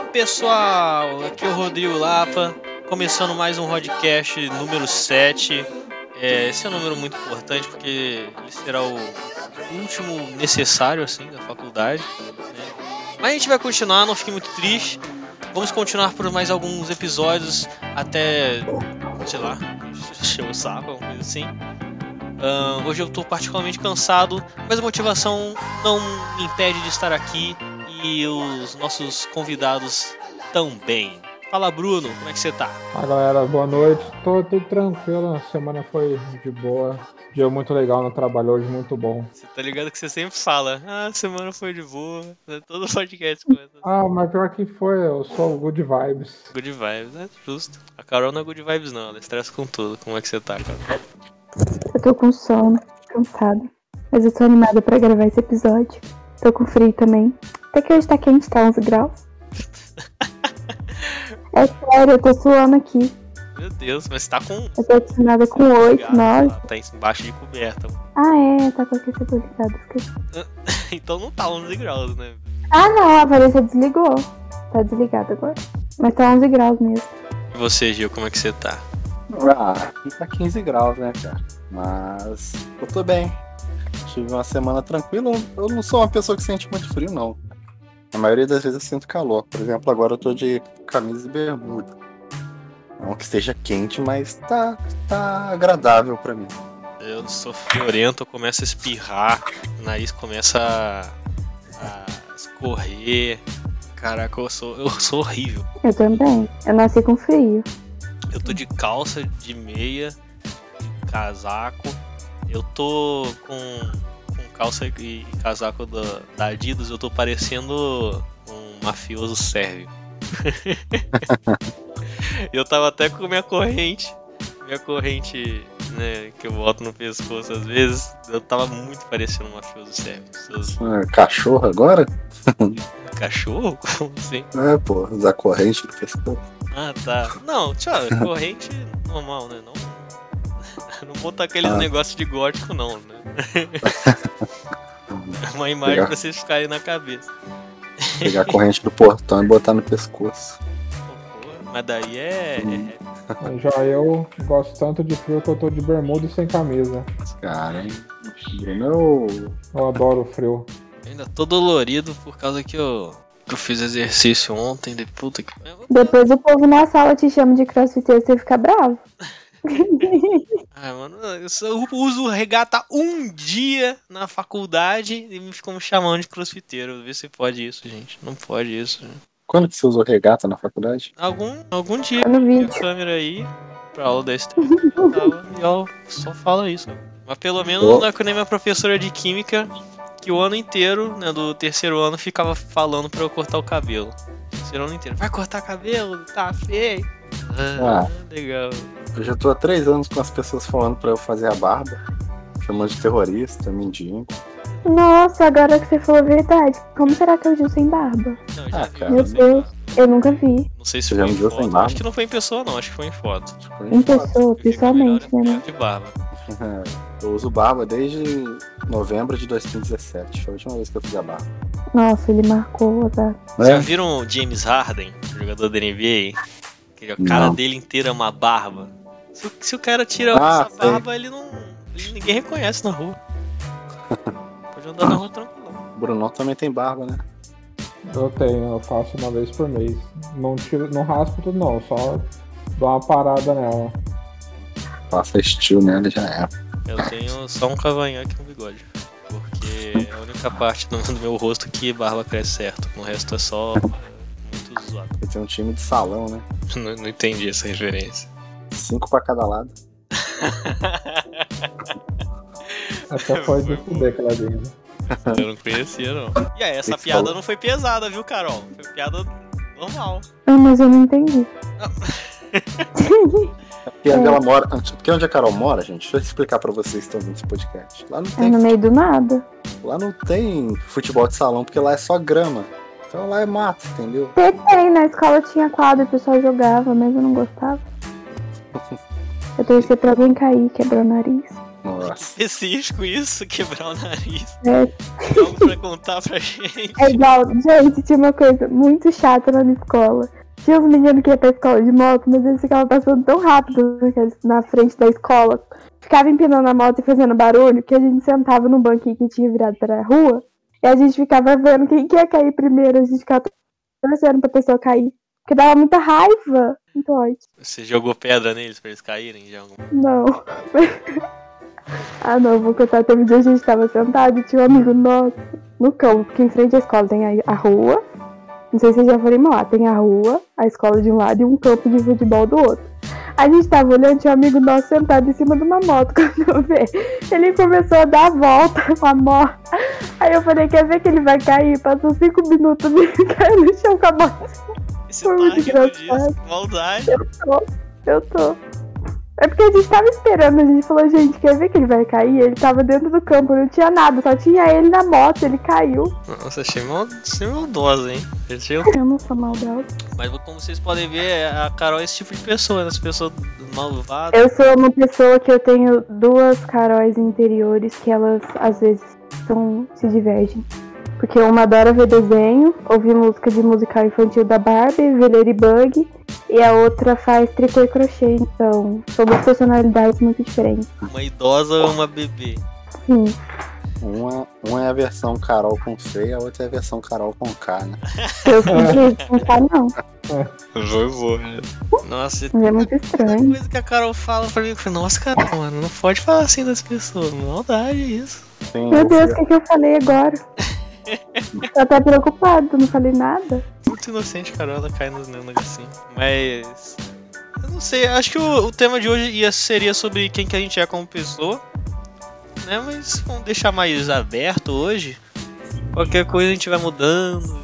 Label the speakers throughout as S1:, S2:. S1: pessoal, aqui é o Rodrigo Lapa, começando mais um podcast número 7. É, esse é um número muito importante porque ele será o último necessário assim da faculdade. né? Mas a gente vai continuar, não fique muito triste. Vamos continuar por mais alguns episódios até, sei lá, encher o saco, alguma coisa assim. Ah, hoje eu tô particularmente cansado, mas a motivação não me impede de estar aqui e os nossos convidados também. Fala Bruno, como é que você tá?
S2: Fala Ah, galera, boa noite. Tô tudo tranquilo, a semana foi de boa. Dia muito legal no trabalho hoje, muito bom.
S1: Você tá ligado que você sempre fala, ah, semana foi de boa, né? todo podcast começa assim.
S2: Ah, mas pior que foi, eu sou o Good Vibes.
S1: Good vibes, é justo. A Carol não é good vibes não, ela estressa com tudo. Como é que você tá, Carol?
S3: Eu tô com sono, cansada. Mas eu tô animada pra gravar esse episódio. Tô com frio também. Até que hoje tá quente, tá 11 graus. É sério, eu tô suando aqui.
S1: Meu Deus, mas você tá com...
S3: Eu tô acostumada com 8,
S1: Gato
S3: 9.
S1: lá, Tá embaixo de coberta.
S3: Ah, é, tá com aquecedor ligado. esqueci.
S1: Então não tá 11 graus, né?
S3: Ah, não, a vareta desligou. Tá desligado agora. Mas tá 11 graus mesmo.
S1: E você, Gil, como é que você tá?
S4: Ah, aqui tá 15 graus, né, cara? Mas eu tô bem. Tive uma semana tranquila. Eu não sou uma pessoa que sente muito frio, não. A maioria das vezes eu sinto calor. Por exemplo, agora eu tô de camisa e bermuda. Não que esteja quente, mas tá, tá agradável pra mim.
S1: Eu sou fiorento, eu começo a espirrar, o nariz começa a, a escorrer. Caraca, eu sou, eu sou horrível.
S3: Eu também. Eu nasci com frio.
S1: Eu tô de calça, de meia, de casaco. Eu tô com, com calça e, e casaco da, da Adidas, eu tô parecendo um mafioso sérvio. eu tava até com minha corrente, minha corrente, né, que eu boto no pescoço às vezes, eu tava muito parecendo um mafioso sérvio. Seus
S4: Ah, Cachorro agora?
S1: cachorro? Como assim?
S4: É, pô, usar corrente no pescoço.
S1: Ah, tá. Não, tchau, corrente normal, né? Não, não botar aqueles
S4: Ah.
S1: negócios de gótico, não, né? É uma imagem
S4: Legal.
S1: pra vocês ficarem na cabeça.
S4: Pegar a corrente do portão e botar no pescoço.
S1: Pô, pô, Mas daí é. é-
S2: Já eu gosto tanto de frio que eu tô de bermuda e sem camisa.
S4: Cara, hein? Meu.
S2: Eu adoro frio.
S1: eu ainda tô dolorido por causa que eu, que eu fiz exercício ontem. De puta que.
S3: Depois o povo na sala te chama de crossfiteiro e você fica bravo.
S1: Ah, mano, eu só uso regata um dia na faculdade e me ficam me chamando de crossfiteiro. Vê se pode isso, gente. Não pode isso. gente.
S4: Quando que você usou regata na faculdade?
S1: Algum, algum dia
S3: Tá no
S1: minha
S3: vídeo.
S1: câmera aí pra aula da STF e tal, e ela só fala isso. Mas pelo menos
S4: Ô.
S1: não é que nem minha professora de química, que o ano inteiro, né, do terceiro ano, ficava falando pra eu cortar o cabelo. Terceiro ano inteiro. Vai cortar cabelo? Tá feio. Ah, legal.
S4: Eu já tô há três anos com as pessoas falando pra eu fazer a barba, chamando de terrorista, mendigo.
S3: Nossa, agora que você falou a verdade. Como será que eu digo sem barba?
S1: Não, já
S4: Ah,
S1: vi,
S4: cara.
S1: não
S3: Meu
S1: sei
S3: Deus.
S1: lá.
S3: Eu nunca vi.
S1: Não sei se
S4: Você
S1: foi
S4: já
S1: em
S4: me viu sem
S1: foto.
S4: barba?
S1: Acho que não foi em pessoa, não. Acho que foi em foto.
S4: Tipo,
S3: Em um pessoa,
S1: Eu fico
S3: pessoalmente,
S1: melhor
S3: né?
S1: é
S3: né?
S1: de barba.
S4: É, Eu uso barba desde novembro de 2017. Foi a última vez que eu fiz a barba.
S3: Nossa, ele marcou, tá?
S1: Vocês
S4: É.
S1: já viram o James Harden, jogador da NBA? Que a cara
S4: Não.
S1: dele inteira é uma barba. Se, o- se o cara tira
S4: Ah,
S1: essa
S4: sei.
S1: barba, ele não. ele- ninguém reconhece na rua. Pode andar na rua tranquilo.
S4: O Brunão também tem barba, né?
S2: Eu tenho, eu faço uma vez por mês. Não, tiro, não raspo tudo não, só dou uma parada nela.
S4: Passa estilo nela e já é.
S1: Eu tenho só um cavanhaque e um bigode. Porque é a única parte do, do meu rosto que barba cresce certo. O resto é só muito zoado.
S4: Ele tem um time de salão, né?
S1: Não, não entendi essa referência.
S4: Cinco pra cada lado.
S2: Até
S1: Foi
S2: foi de fuder aquela dele.
S1: Eu não conhecia, não. E aí, essa
S4: Que que você
S1: piada
S4: falou?
S1: não foi pesada, viu, Carol? Foi piada normal.
S3: Ah, mas eu não entendi.
S4: E onde ela mora. Porque onde a Carol mora, gente, deixa eu explicar pra vocês que estão ouvindo esse podcast. Lá não
S3: É
S4: tem,
S3: no meio do nada.
S4: lá não tem futebol de salão, porque lá é só grama. Então lá é mato, entendeu?
S3: Até tem, na escola tinha quadro, o pessoal jogava, mas eu não gostava. Eu Eu torci pra alguém cair, quebrar o nariz.
S4: Nossa.
S1: Esse risco, isso, quebrar o nariz.
S3: É,
S1: Algo Então, pra contar pra gente.
S3: É igual, gente, tinha uma coisa muito chata na minha escola. Tinha uns meninos que iam pra escola de moto, mas eles ficavam passando tão rápido naqueles- na frente da escola. Ficava empinando a moto e fazendo barulho, que a gente sentava num banquinho que tinha virado pra rua, e a gente ficava vendo quem que ia cair primeiro, a gente ficava torcendo pra pessoa cair. Porque dava muita raiva. Muito ótimo.
S1: Você jogou pedra neles pra eles caírem de algum.
S3: Não. ah, não, vou contar. Teve um dia a gente tava sentado e tinha um amigo nosso no campo, porque em frente à escola tem a, a rua. Não sei se vocês já foram em lá. Tem a rua, a escola de um lado e um campo de futebol do outro. A gente tava olhando, tinha um amigo nosso sentado em cima de uma moto. Quando eu vi, ele começou a dar a volta com a moto. Aí eu falei, quer ver que ele vai cair? Passou cinco minutos e caiu no chão com a moto.
S1: Esse
S3: Foi muito
S1: pacto
S3: engraçado.
S1: disso, maldade.
S3: Eu tô. É porque a gente tava esperando, a gente falou, gente, quer ver que ele vai cair? Ele tava dentro do campo, não tinha nada, só tinha ele na moto, ele caiu.
S1: Nossa, achei, mal... achei maldosa, hein? Achei
S3: Eu não sou maldosa.
S1: Mas como vocês podem ver, a Carol é esse tipo de pessoa, né? Essa pessoa malvada.
S3: Eu sou uma pessoa que eu tenho duas caróis interiores que elas às vezes são, se divergem. Porque uma adora ver desenho, ouvir música de musical infantil da Barbie, ver Ladybug, e a outra faz tricô e crochê, então são duas personalidades muito diferentes.
S1: Uma idosa ou uma bebê.
S3: Sim.
S4: Uma, uma é a versão Carol com C, a outra é a versão Carol com K, né?
S3: Eu simplesmente não tá, não.
S1: Foi bom, né? Nossa,
S3: Mas é muito estranho.
S1: coisa que a Carol fala pra mim, eu falei, nossa, Carol, mano, não pode falar assim das pessoas. Maldade isso.
S4: Tem
S3: Meu
S4: o-
S3: Deus, o que, que eu falei agora? Tô até preocupado, não falei nada.
S1: Muito inocente, Carol, ela cai nos negócios assim. Mas. Eu não sei, acho que o, o tema de hoje ia, seria sobre quem que a gente é como pessoa. Né? Mas vamos deixar mais aberto hoje. Qualquer coisa a gente vai mudando,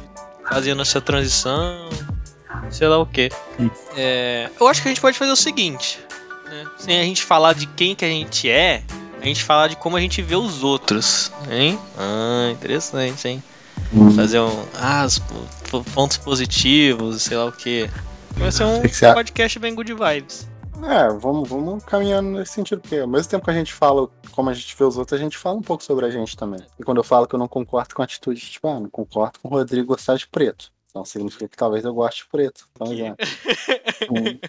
S1: fazendo essa transição, sei lá o que. eu acho que a gente pode fazer o seguinte: né? sem a gente falar de quem que a gente é, a gente falar de como a gente vê os outros, hein? Ah, interessante, hein? Fazer um. Ah, os po- po- pontos positivos, sei lá o que. Vai ser um
S4: O que que você a-
S1: podcast bem good vibes.
S4: É, vamos, vamos caminhando nesse sentido, porque ao mesmo tempo que a gente fala como a gente vê os outros, a gente fala um pouco sobre a gente também. E quando eu falo que eu não concordo com a atitude, tipo, ah, não concordo com o Rodrigo gostar de preto. Então significa que talvez eu goste de preto. Então, já. Hum.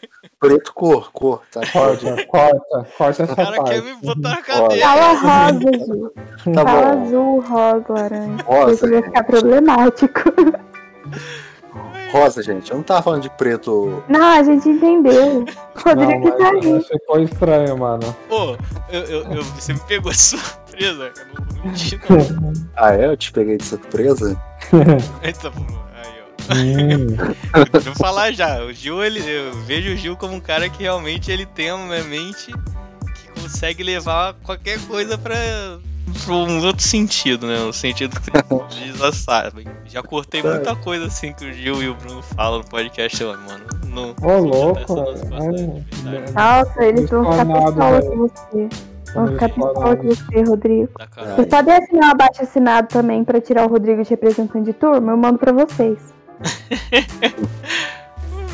S4: preto cor, cor, tá?
S2: Corta, corta, corta essa
S1: O cara quer
S2: parte.
S1: me botar na
S4: Olha.
S1: cadeira.
S3: Fala rosa, Ju. Fala
S4: Tá bom.
S3: azul, rosa, laranja. Isso
S4: Rosa,
S3: vai
S4: gente.
S3: ficar problemático.
S4: Rosa, gente. Eu não tava falando de preto.
S3: Não, a gente
S2: Não,
S3: entendeu. Rodrigo que tá
S2: mas
S3: ali.
S2: mas ficou estranho, mano.
S1: Pô, eu, eu, eu- você me pegou de surpresa, cara. Não vou mentir, não.
S4: Ah, é? Eu te peguei de surpresa?
S1: Eita, pô, aí, ó.
S2: Hum,
S1: Vou falar já, o Gil, ele, eu vejo o Gil como um cara que realmente ele tem uma mente que consegue levar qualquer coisa pra, pra um outro sentido, né? Um sentido que vocês já sabem. Já cortei muita coisa assim que o Gil e o Bruno falam no podcast, eu, mano. Não,
S2: Ô, louco.
S1: Essa nossa passagem, de
S2: é,
S1: verdade.
S3: Nossa, eles vão ficar
S2: Explanado,
S3: pistola
S2: velho.
S3: com você. Vão
S2: Não
S3: ficar
S2: fala
S3: pistola com
S2: nada.
S3: você, Rodrigo.
S1: Da
S4: É.
S1: Carol.
S3: Vocês podem assinar um abaixo assinado também pra tirar o Rodrigo de representante de turma? Eu mando pra vocês.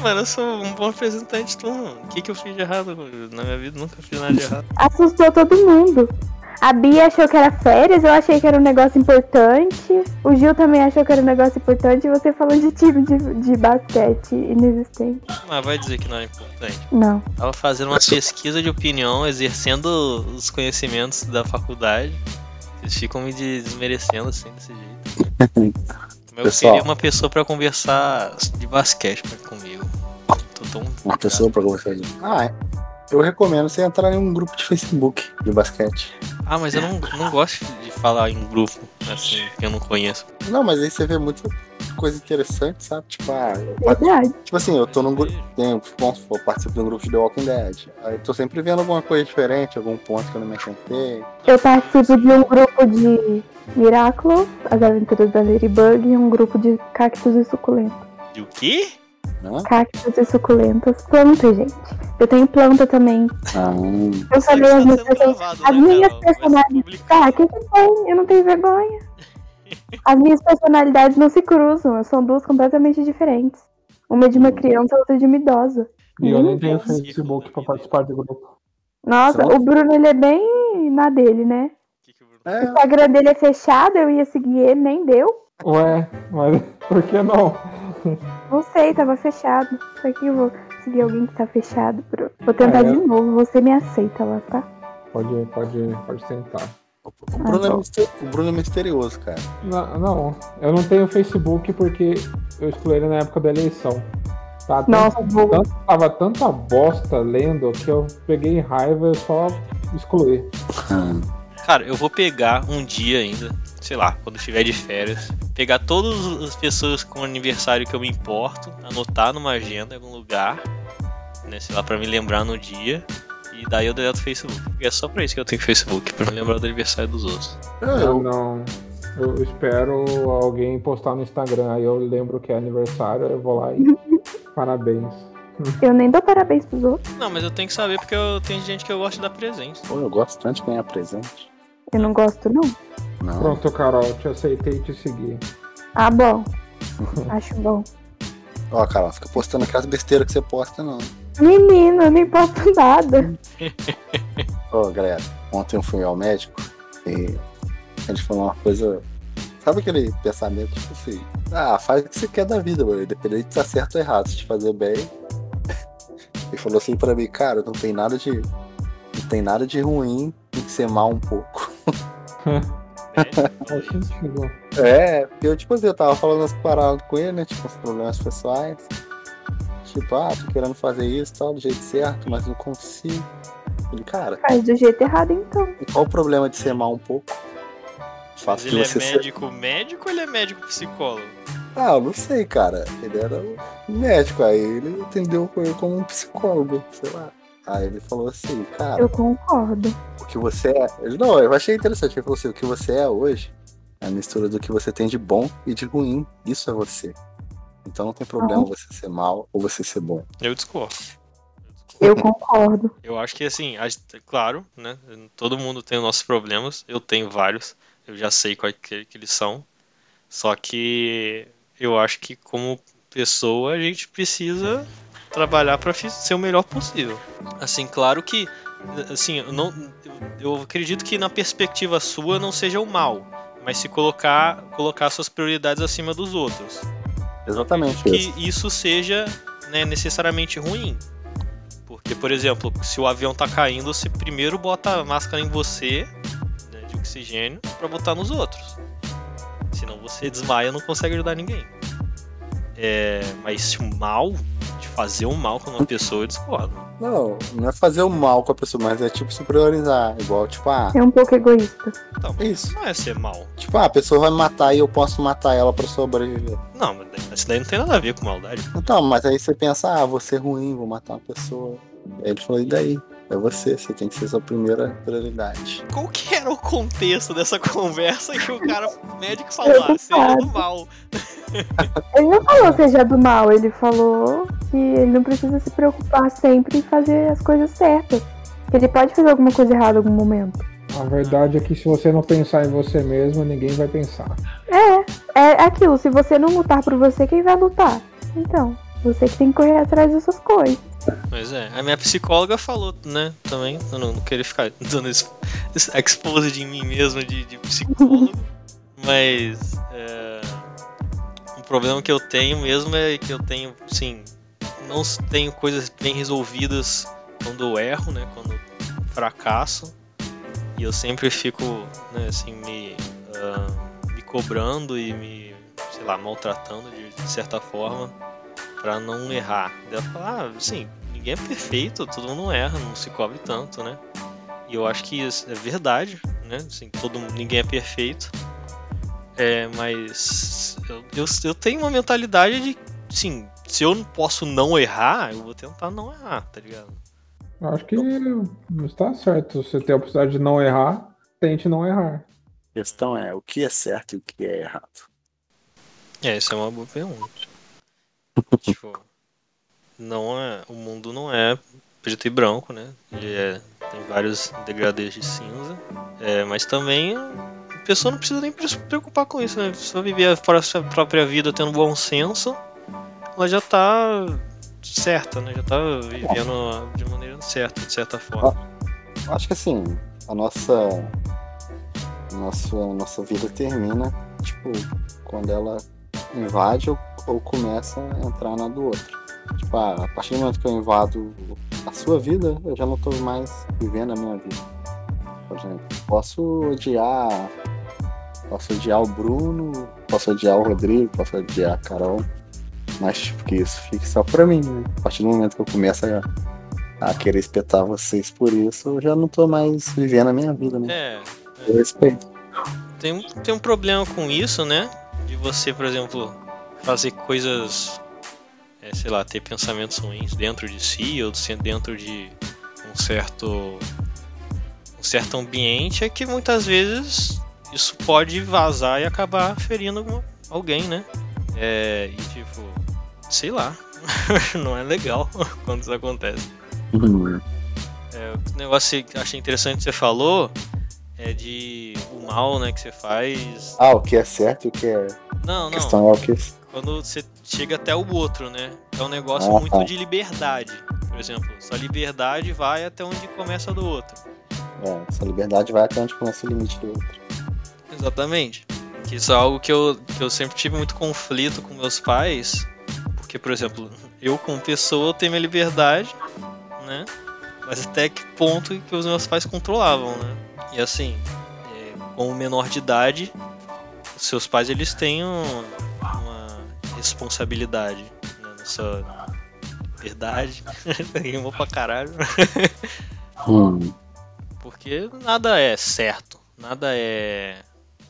S1: Mano, eu sou um bom representante de turma. O que, que eu fiz de errado? Na minha vida nunca fiz nada de errado.
S3: Assustou todo mundo. A Bia achou que era férias, eu achei que era um negócio importante. O Gil também achou que era um negócio importante. E você falando de time de, de basquete inexistente.
S1: Mas Ah, vai dizer que não era importante.
S3: Não.
S1: Tava fazendo uma
S4: Mas-
S1: pesquisa de opinião, exercendo os conhecimentos da faculdade. Vocês ficam me de- desmerecendo assim desse jeito. Mas eu
S4: Pessoal.
S1: queria uma pessoa pra conversar de basquete pra- comigo. Tô tão.
S4: Uma pessoa pra conversar de. Ah, é. Eu recomendo você entrar em um grupo de Facebook de basquete.
S1: Ah, mas eu não, não gosto de falar em grupo, assim, que eu não conheço.
S4: Não, mas aí você vê muita coisa interessante, sabe? Tipo, ah, eu-
S3: é Verdade.
S4: tipo assim, eu tô num grupo. Tem, vamos supor, eu participo de um grupo de The Walking Dead. Aí tô sempre vendo alguma coisa diferente, algum ponto que eu não me encantei.
S3: Eu participo de um grupo de Miraculous, As Aventuras da Ladybug, e um grupo de cactos e suculentas.
S1: De o quê?
S4: Né?
S3: Cactos e suculentas. Planta, gente. Eu tenho planta também.
S4: Ah,
S3: Eu falei
S1: Isso tá
S3: as minhas
S1: sendo
S3: pessoas.
S1: gravado,
S3: As
S1: né, Carol?
S3: minhas
S1: Vai ser
S3: personalidades.
S1: publicado.
S3: Ah, o que que tem? Eu não tenho vergonha. As minhas personalidades não se cruzam, são duas completamente diferentes. Uma é de uma criança, outra é de uma idosa.
S2: E eu
S3: Hum,
S2: nem tenho Facebook pra participar de grupo.
S3: Nossa,
S4: Você não-
S3: o Bruno, ele é bem na dele, né?
S1: Que que o Bruno-
S3: O
S4: É,
S3: Instagram dele é fechado, eu ia seguir ele, nem deu.
S2: Ué, mas por que não?
S3: Não sei, tava fechado. Será que eu vou seguir alguém que tá fechado, Bruno? Vou tentar
S2: É.
S3: de novo, você me aceita lá, tá?
S2: Pode, pode, pode sentar.
S4: o, o Bruno é
S3: bom.
S4: mister- o Bruno é misterioso, cara.
S2: Não, não, eu não tenho Facebook porque eu excluí ele na época da eleição. Tá,
S3: Nossa,
S2: tanta-
S3: boa.
S2: tan- tava tanta bosta lendo que eu peguei raiva e só excluí.
S4: Ah.
S1: Cara, eu vou pegar um dia ainda, sei lá, quando estiver de férias, pegar todas as pessoas com aniversário que eu me importo, anotar numa agenda em algum lugar, né, sei lá, pra me lembrar no dia, e daí eu deleto o Facebook. E é só pra isso que eu tenho Facebook, pra me lembrar do aniversário dos outros.
S2: Eu
S4: Ah, Eu,
S2: não. Eu espero alguém postar no Instagram, aí eu lembro que é aniversário, eu vou lá e parabéns.
S3: Eu nem dou parabéns pros outros.
S1: Não, mas eu tenho que saber porque eu tenho gente que eu gosto de dar presente.
S4: pô, eu gosto tanto de ganhar presente.
S3: Eu não gosto, não.
S4: Não.
S2: Pronto, Carol, te aceitei te seguir.
S3: Ah, bom. Acho bom.
S4: Ó, cara, não fica postando aquelas besteiras que você posta, não.
S3: Menino, eu não importo nada.
S4: Ô, galera, ontem eu fui ao médico e a gente falou uma coisa. Sabe aquele pensamento, tipo assim, ah, faz o que você quer da vida, mano, independente de se certo ou errado, se te fazer bem. Ele falou assim pra mim, cara, não tem nada de. Não tem nada de ruim em ser mal um pouco.
S2: Faz sentido.
S4: É, porque eu, tipo assim, eu tava falando as paradas com ele, né? Tipo, os problemas pessoais. Tipo, ah, tô querendo fazer isso e tal, do jeito certo, mas não consigo. Ele, cara,
S3: Faz do jeito errado, então.
S4: e qual o problema de ser mal um pouco? O fato
S1: Mas
S4: de
S1: ele é
S4: você ser-
S1: médico médico ou ele é médico psicólogo?
S4: Ah, eu não sei, cara. Ele era um médico, aí ele entendeu eu como um psicólogo, sei lá. Aí ele falou assim, cara,
S3: Eu concordo.
S4: o que você é. Ele, não, eu achei interessante. Ele falou assim: o que você é hoje é a mistura do que você tem de bom e de ruim. Isso é você. Então não tem problema você ser mal ou você ser bom.
S1: Eu discordo.
S3: Eu concordo.
S1: Eu acho que assim, a gente- claro, né? Todo mundo tem os nossos problemas, eu tenho vários, eu já sei quais que, que eles são. Só que eu acho que como pessoa a gente precisa trabalhar para ser o melhor possível. Assim, claro que assim, eu não eu eu acredito que na perspectiva sua não seja o mal, mas se colocar colocar suas prioridades acima dos outros
S4: Exatamente isso.
S1: que isso seja né, necessariamente ruim. Porque, por exemplo, se o avião tá caindo, você primeiro bota a máscara em você, né, de oxigênio, pra botar nos outros. Senão você desmaia e não consegue ajudar ninguém. É, mas se o mal, de fazer um mal com uma pessoa, eu discordo.
S4: Não, não é fazer o mal com a pessoa, mas é tipo se priorizar. Igual, tipo, ah,
S3: É um pouco egoísta.
S1: Então,
S4: é isso.
S1: não é ser mal.
S4: Tipo, ah, a pessoa vai me matar e eu posso matar ela pra sobreviver.
S1: Não, mas daí- isso daí não tem nada a ver com maldade.
S4: Então, mas aí você pensa, ah, vou ser ruim, vou matar uma pessoa. Aí ele falou, e daí? É você, você tem que ser sua primeira prioridade.
S1: Qual que era o contexto dessa conversa que o cara médico
S3: Eu
S1: falou, "Ah,
S3: concordo.
S1: seja é do mal?
S3: Ele não falou seja do mal, ele falou que ele não precisa se preocupar sempre em fazer as coisas certas. Que ele pode fazer alguma coisa errada em algum momento.
S2: A verdade é que se você não pensar em você mesmo, ninguém vai pensar.
S3: É, é aquilo, se você não lutar por você, quem vai lutar? Então, você que tem que correr atrás dessas coisas.
S1: Pois é, a minha psicóloga falou, né, também, eu não, não queria ficar dando esse, esse expose de mim mesmo, de, de psicólogo, mas é, o problema que eu tenho mesmo é que eu tenho, assim, não s- tenho coisas bem resolvidas quando eu erro, né, quando eu fracasso, e eu sempre fico, né, assim, me, ah, me cobrando e me, sei lá, maltratando de- de certa forma, Pra não errar. Daí ela fala, ah, sim, ninguém é perfeito, todo mundo erra, não se cobre tanto, né? E eu acho que isso é verdade, né? Assim, todo mundo- ninguém é perfeito. É, mas eu, eu, eu tenho uma mentalidade de, sim, se eu não posso não errar, eu vou tentar não errar, tá ligado?
S2: Eu acho que está certo. Você tem a oportunidade de não errar, tente não errar.
S4: A questão é o que é certo e o que é errado.
S1: É, isso é uma boa pergunta. tipo, não é, o mundo não é preto e branco, né? Ele é, tem vários degradês de cinza, é, mas também a pessoa não precisa nem se preocupar com isso, né? Só viver a pró- sua própria vida tendo bom senso, ela já tá certa, né? Já tá vivendo de maneira certa, de certa forma.
S4: acho que assim, a nossa. Nossa, nossa vida termina, tipo, quando ela invade ou, ou começa a entrar na do outro. Tipo, ah, a partir do momento que eu invado a sua vida, eu já não tô mais vivendo a minha vida. Por exemplo, posso odiar. Posso odiar o Bruno, posso odiar o Rodrigo, posso odiar a Carol. Mas tipo, que isso fique só pra mim, né? A partir do momento que eu começo a, a querer espetar vocês por isso, eu já não tô mais vivendo a minha vida, né?
S1: É,
S4: Eu respeito.
S1: tem, um- tem um problema com isso, né? De você, por exemplo, fazer coisas, é, sei lá, ter pensamentos ruins dentro de si ou se- dentro de um certo um certo ambiente, é que muitas vezes isso pode vazar e acabar ferindo alguma- alguém, né? É, e tipo, sei lá, não é legal quando isso acontece.
S4: Uhum.
S1: O negócio que eu achei interessante que você falou é de o mal, né, que você faz.
S4: Ah, o que é certo e o que é.
S1: Não, não.
S4: A questão é o que.
S1: Quando você chega até o outro, né? É um negócio
S4: Ah,
S1: muito
S4: tá.
S1: de liberdade. Por exemplo, sua liberdade vai até onde começa a do outro.
S4: É, essa liberdade vai até onde começa o limite do outro.
S1: Exatamente. Que isso é algo que eu, que eu sempre tive muito conflito com meus pais. Porque, por exemplo, eu como pessoa eu tenho minha liberdade, né? Mas até que ponto que os meus pais controlavam, né? E assim, é, como menor de idade, os seus pais eles têm um- uma responsabilidade né? nessa verdade. Rimou pra caralho. Porque nada é certo, nada é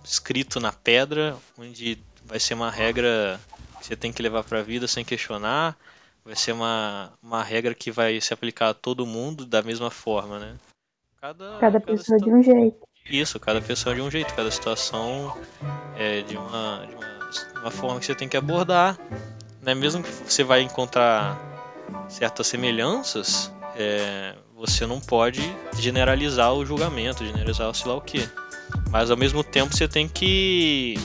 S1: escrito na pedra, onde vai ser uma regra que você tem que levar pra vida sem questionar, vai ser uma, uma regra que vai se aplicar a todo mundo da mesma forma, né? Cada,
S3: Cada
S1: situa-
S3: pessoa de um jeito.
S1: Isso, cada pessoa de um jeito, cada situação é de uma, de uma, uma forma que você tem que abordar, né? Mesmo que você vai encontrar certas semelhanças, é, você não pode generalizar o julgamento, generalizar o sei lá o que. Mas ao mesmo tempo você tem que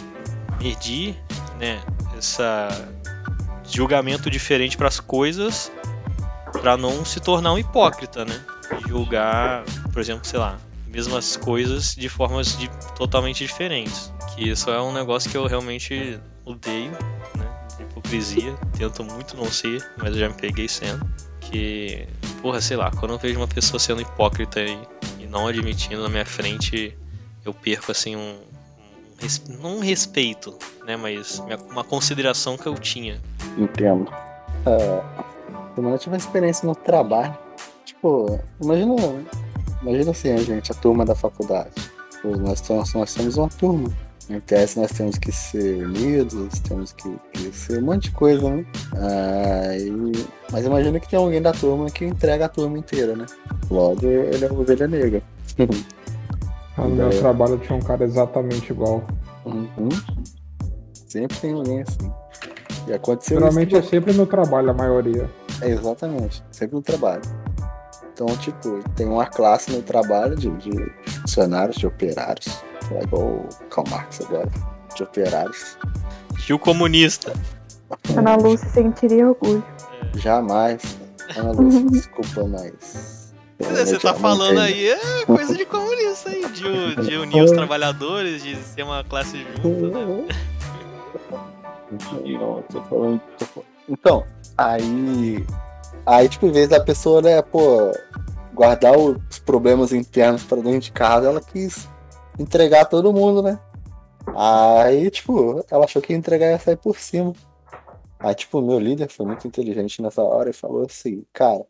S1: medir, né? Essa julgamento diferente para as coisas, para não se tornar um hipócrita, né? E julgar, por exemplo, sei lá, mesmas coisas de formas de- totalmente diferentes. Que isso é um negócio que eu realmente odeio, né? Hipocrisia. Tento muito não ser, mas eu já me peguei sendo. Que, porra, sei lá, quando eu vejo uma pessoa sendo hipócrita e, e não admitindo na minha frente, eu perco, assim, um. um res- Não um respeito, né? Mas minha- uma consideração que eu tinha.
S4: Entendo. É, eu tive uma experiência no trabalho. Tipo, imagina, imagina assim, a gente, a turma da faculdade. Tipo, Nós, somos- nós somos uma turma. Em tese, nós temos que ser unidos, temos que, que ser um monte de coisa, né? Ah, e- mas imagina que tem alguém da turma que entrega a turma inteira, né? Logo, ele é uma ovelha negra.
S2: Ah, No meu
S4: Ideia.
S2: trabalho tinha um cara exatamente igual.
S4: Uhum. Sempre tem alguém assim. E aconteceu isso
S2: Geralmente é sempre no trabalho, a maioria.
S4: É, exatamente. Sempre no trabalho. Então, tipo, tem uma classe no trabalho de, de funcionários, de operários. É igual o Karl Marx agora. De operários.
S1: Tio comunista.
S3: Ana Lúcia sentiria orgulho.
S4: Jamais. Ana Lúcia, desculpa, mas.
S1: Você tá
S4: realmente,
S1: falando
S4: eu não
S1: aí é coisa de comunista aí, de, u- de unir os trabalhadores, de ser uma classe junta, né?
S4: Uhum. entendo. Não, eu tô falando- tô falando- Então, aí. Aí, tipo, em vez da pessoa, né, pô, guardar os problemas internos pra dentro de casa, ela quis entregar a todo mundo, né? Aí, tipo, ela achou que ia entregar e ia sair por cima. Aí, tipo, o meu líder foi muito inteligente nessa hora e falou assim, cara,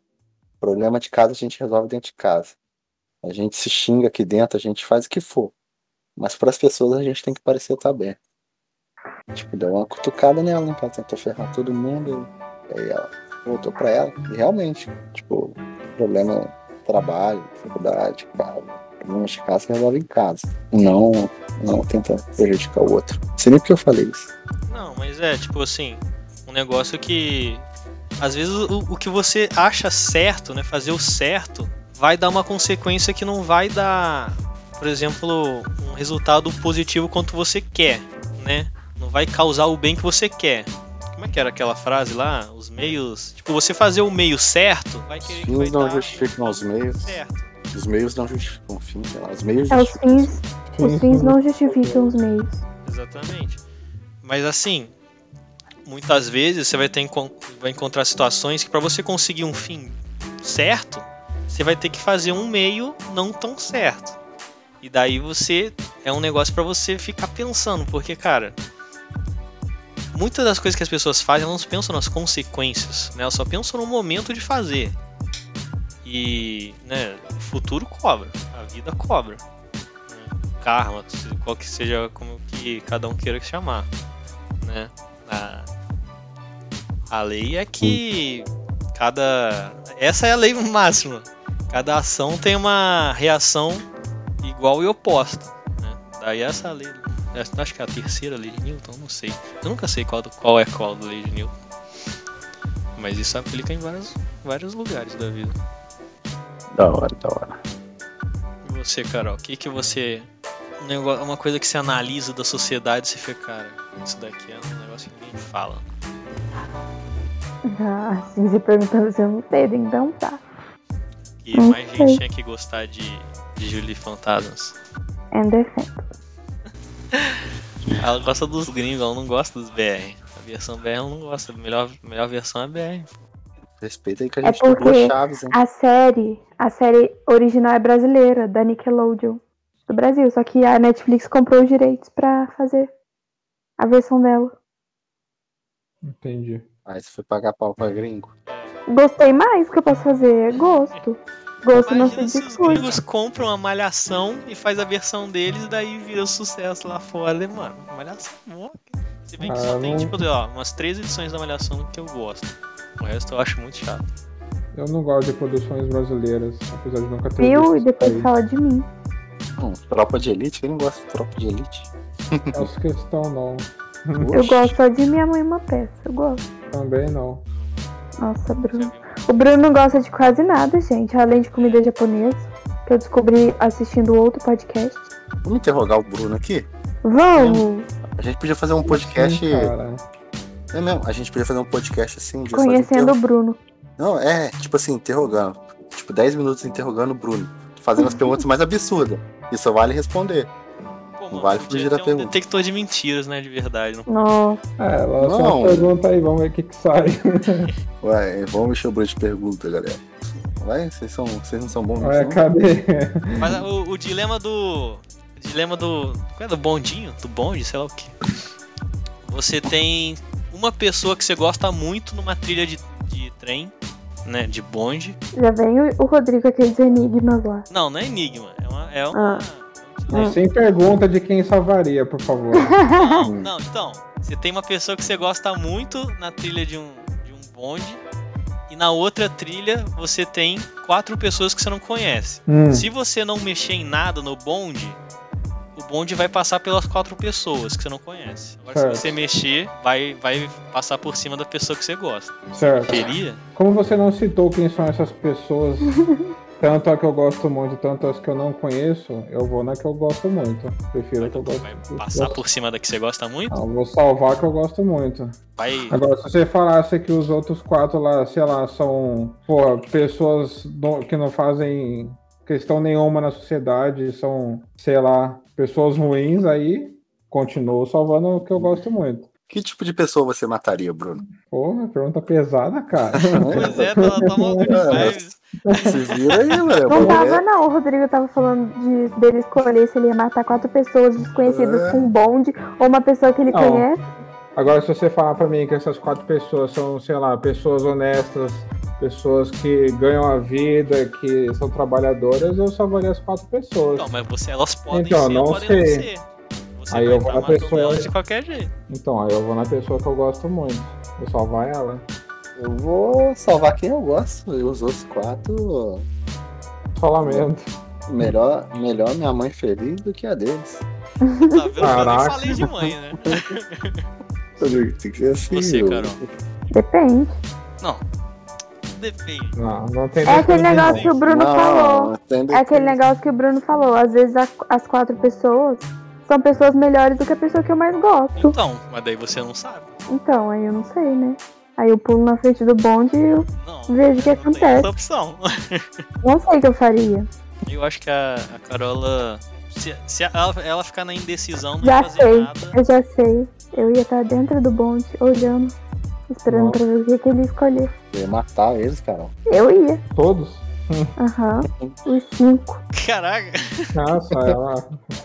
S4: problema de casa a gente resolve dentro de casa. A gente se xinga aqui dentro, a gente faz o que for. Mas pras pessoas a gente tem que parecer estar bem. Tipo, deu uma cutucada nela, né? que Ela tentou ferrar todo mundo. E aí ela voltou pra ela. E realmente, tipo, problema trabalho, tipo, ah, faculdade, casa. Problemas de casa resolve em casa. Não, não tenta prejudicar o outro. Não sei nem porque eu falei isso.
S1: Não, mas é tipo assim, um negócio que às vezes o, o que você acha certo, né, fazer o certo, vai dar uma consequência que não vai dar, por exemplo, um resultado positivo quanto você quer, né? Não vai causar o bem que você quer. Como é que era aquela frase lá? Os meios, tipo, você fazer o meio certo, vai querer que vai dar É.
S4: justificam os meios.
S1: certo.
S4: Os meios não justificam o fim, sei lá. Os meios
S3: É, os
S4: justificam
S3: fins, os fins não justificam os meios.
S1: Exatamente. Mas assim, muitas vezes você vai, ter, encon- vai encontrar situações que para você conseguir um fim certo, você vai ter que fazer um meio não tão certo. E daí você é um negócio para você ficar pensando, porque cara, muitas das coisas que as pessoas fazem, elas não pensam nas consequências, né? Elas só pensam no momento de fazer. E, né, o futuro cobra, a vida cobra karma, qual que seja como que cada um queira que chamar, né? A, a lei é que cada essa é a lei máxima. Cada ação tem uma reação igual e oposta, né? Daí essa é a lei, essa- acho que é a terceira lei de Newton, não sei. Eu nunca sei qual, do- qual é qual da lei de Newton. Mas isso aplica em vários, vários lugares da vida.
S4: Da hora, da hora.
S1: E você, Carol, o que que você. um nego- Uma coisa que você analisa da sociedade e você fica, cara, isso daqui é um negócio que ninguém fala.
S3: Ah, assim, você perguntando se eu não sei, então tá.
S1: E mais
S3: Ok.
S1: gente tinha que gostar de, de Julie Fantasmas.
S3: And defend.
S1: Ela gosta dos gringos, ela não gosta dos BR. A versão BR ela não gosta. A melhor, a melhor versão é BR.
S4: Respeita aí que a
S3: É
S4: gente tem duas
S3: porque-
S4: chaves, hein?
S3: A série, a série original é brasileira, da Nickelodeon, do Brasil. Só que a Netflix comprou os direitos pra fazer a versão dela.
S2: Entendi.
S4: Aí você foi pagar pau pra gringo.
S3: Gostei mais, o que eu posso fazer? É gosto. Gosto não se
S1: Imagina se os
S3: discute.
S1: gringos compram a malhação e faz a versão deles, daí vira sucesso lá fora. E, mano, malhação boa. Se bem que só
S2: Ah,
S1: tem,
S2: não-
S1: tipo, ó, umas três edições da malhação que eu gosto. O resto eu acho muito chato.
S2: Eu não gosto de produções brasileiras, apesar de nunca ter
S3: Viu?
S2: visto
S3: E depois
S2: isso
S3: fala de mim.
S4: Hum, tropa de elite? Quem não gosta de tropa de elite?
S2: aí. Essa questão não.
S3: Eu
S4: Oxe.
S3: gosto só de minha mãe uma peça. Eu gosto.
S2: Também não.
S3: Nossa, Bruno.
S1: Já viu?
S3: O Bruno não gosta de quase nada, gente. Além de comida japonesa, que eu descobri assistindo outro podcast.
S4: Vamos interrogar o Bruno aqui?
S3: Vamos!
S4: A gente podia fazer um podcast.
S2: Sim, cara.
S4: É mesmo, a gente podia fazer um podcast assim. de só de
S3: Conhecendo o Bruno.
S4: Não, é, tipo assim, interrogando. Tipo, 10 minutos interrogando o Bruno. Fazendo as perguntas mais absurdas. E só vale responder.
S1: Pô,
S4: Vale
S1: podia
S4: fugir da
S1: ter um
S4: pergunta.
S1: detector de mentiras, né? De verdade. Não...
S3: Nossa,
S2: É, ela só
S4: Não.
S2: uma pergunta aí, vamos ver o que que sai.
S4: Ué, vamos mexer o Bruno de pergunta, galera. Vai, vocês, são, vocês não são bons nisso,
S2: Ué,
S4: não?
S2: cadê?
S1: Mas ah, o, o dilema do. O dilema do. Qual é? Do bondinho? Do bonde? Sei lá o quê. Você tem uma pessoa que você gosta muito numa trilha de, de trem, né? De bonde.
S3: já vem o- o Rodrigo aqueles enigmas lá.
S1: Não, não é enigma. É uma. É uma-
S3: Ah.
S1: Não,
S2: Sem pergunta de quem salvaria, por favor.
S1: não, não, então. Você tem uma pessoa que você gosta muito na trilha de um, de um bonde. E na outra trilha você tem quatro pessoas que você não conhece.
S2: Hum,
S1: Se você não mexer em nada no bonde, o bonde vai passar pelas quatro pessoas que você não conhece. Agora,
S2: Certo.
S1: se você mexer, vai, vai passar por cima da pessoa que você gosta.
S2: certo.
S1: Queria?
S2: Como você não citou quem são essas pessoas, tanto a que eu gosto muito, tanto as que eu não conheço, eu vou na que eu gosto muito. Prefiro a que eu então gosto.
S1: Vai passar
S2: gosto-
S1: por cima da que você gosta muito?
S2: Não, vou salvar a que eu gosto muito.
S1: Vai.
S2: Agora, se você falasse que os outros quatro lá, sei lá, são porra, pessoas do- que não fazem questão nenhuma na sociedade, são, sei lá, pessoas ruins, aí continuo salvando o que eu gosto muito.
S4: Que tipo de pessoa você mataria, Bruno?
S2: Porra, pergunta pesada, cara.
S1: Pois é, ela
S2: tá
S1: toma um demais.
S4: Se vira aí, galera.
S3: Não tava,
S4: É,
S3: não. O Rodrigo tava falando de, dele escolher se ele ia matar quatro pessoas desconhecidas
S4: É.
S3: com um bonde ou uma pessoa que ele
S2: Não.
S3: conhece.
S2: Agora, se você falar pra mim que essas quatro pessoas são, sei lá, pessoas honestas, pessoas que ganham a vida, que são trabalhadoras, eu salvaria as quatro pessoas.
S1: Não, Então, mas você, elas podem
S2: Então,
S1: ser,
S2: não
S1: podem
S2: sei.
S1: não ser. Você
S2: Aí
S1: vai
S2: eu vou
S1: estar
S2: na
S1: matando
S2: pessoa-
S1: elas de qualquer jeito.
S2: Então, aí eu vou na pessoa que eu gosto muito. Vou salvar ela.
S4: Eu vou salvar quem eu gosto. E os outros quatro.
S2: Só lamento.
S4: Melhor, melhor minha mãe feliz do que a deles.
S1: Tá vendo? Eu nem
S2: Caraca.
S1: falei de mãe, né?
S4: Tem que ser assim,
S1: Você,
S4: meu.
S1: Carol.
S3: Depende.
S1: Não. Depende.
S2: Não, não tem
S3: É
S2: defesa,
S3: aquele negócio que o Bruno
S4: Não,
S3: falou.
S4: entende-
S3: É aquele negócio que o Bruno falou. Às vezes a- as quatro pessoas são pessoas melhores do que a pessoa que eu mais gosto.
S1: Então, mas daí você não sabe.
S3: Então, aí eu não sei, né? Aí eu pulo na frente do bonde e eu
S1: Não.
S3: vejo o que
S1: não tem essa
S3: acontece.
S1: opção.
S3: Não sei o que eu faria.
S1: Eu acho que a, a Carola. Se, se ela, ela ficar na indecisão, não
S3: Já
S1: fazer
S3: sei.
S1: nada.
S3: Eu já sei. Eu ia estar dentro do bonde, olhando, esperando
S2: Nossa.
S3: pra ver o que, que ele ia escolher.
S4: Eu ia matar eles, cara.
S3: Eu ia.
S2: Todos?
S3: Aham. Os cinco.
S1: Caraca!
S2: Nossa, ela.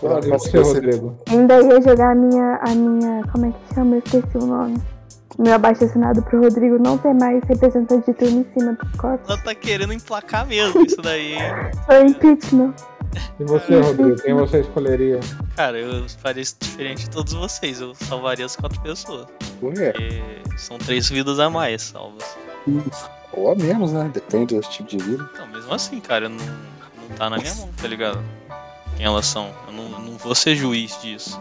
S4: Olha,
S2: Igual
S4: se
S2: você,
S4: você-
S2: Rodrigo.
S3: Ainda ia jogar a minha. a minha. Como é que chama? Eu esqueci o nome. Meu abaixo assinado pro Rodrigo não ter mais representante de turno em cima do corpo.
S1: Ela tá querendo emplacar mesmo isso daí. hein?
S3: Foi um impeachment.
S2: E você, Rodrigo? Quem você escolheria?
S1: Cara, eu faria isso diferente de todos vocês. Eu salvaria as quatro pessoas.
S4: Por quê?
S1: Porque são três vidas a mais salvas.
S4: Ou a menos, né? Depende do tipo de vida.
S1: Não, mesmo assim, cara, não, não tá na minha mão, tá ligado? Quem elas são. Eu não, não vou ser juiz disso.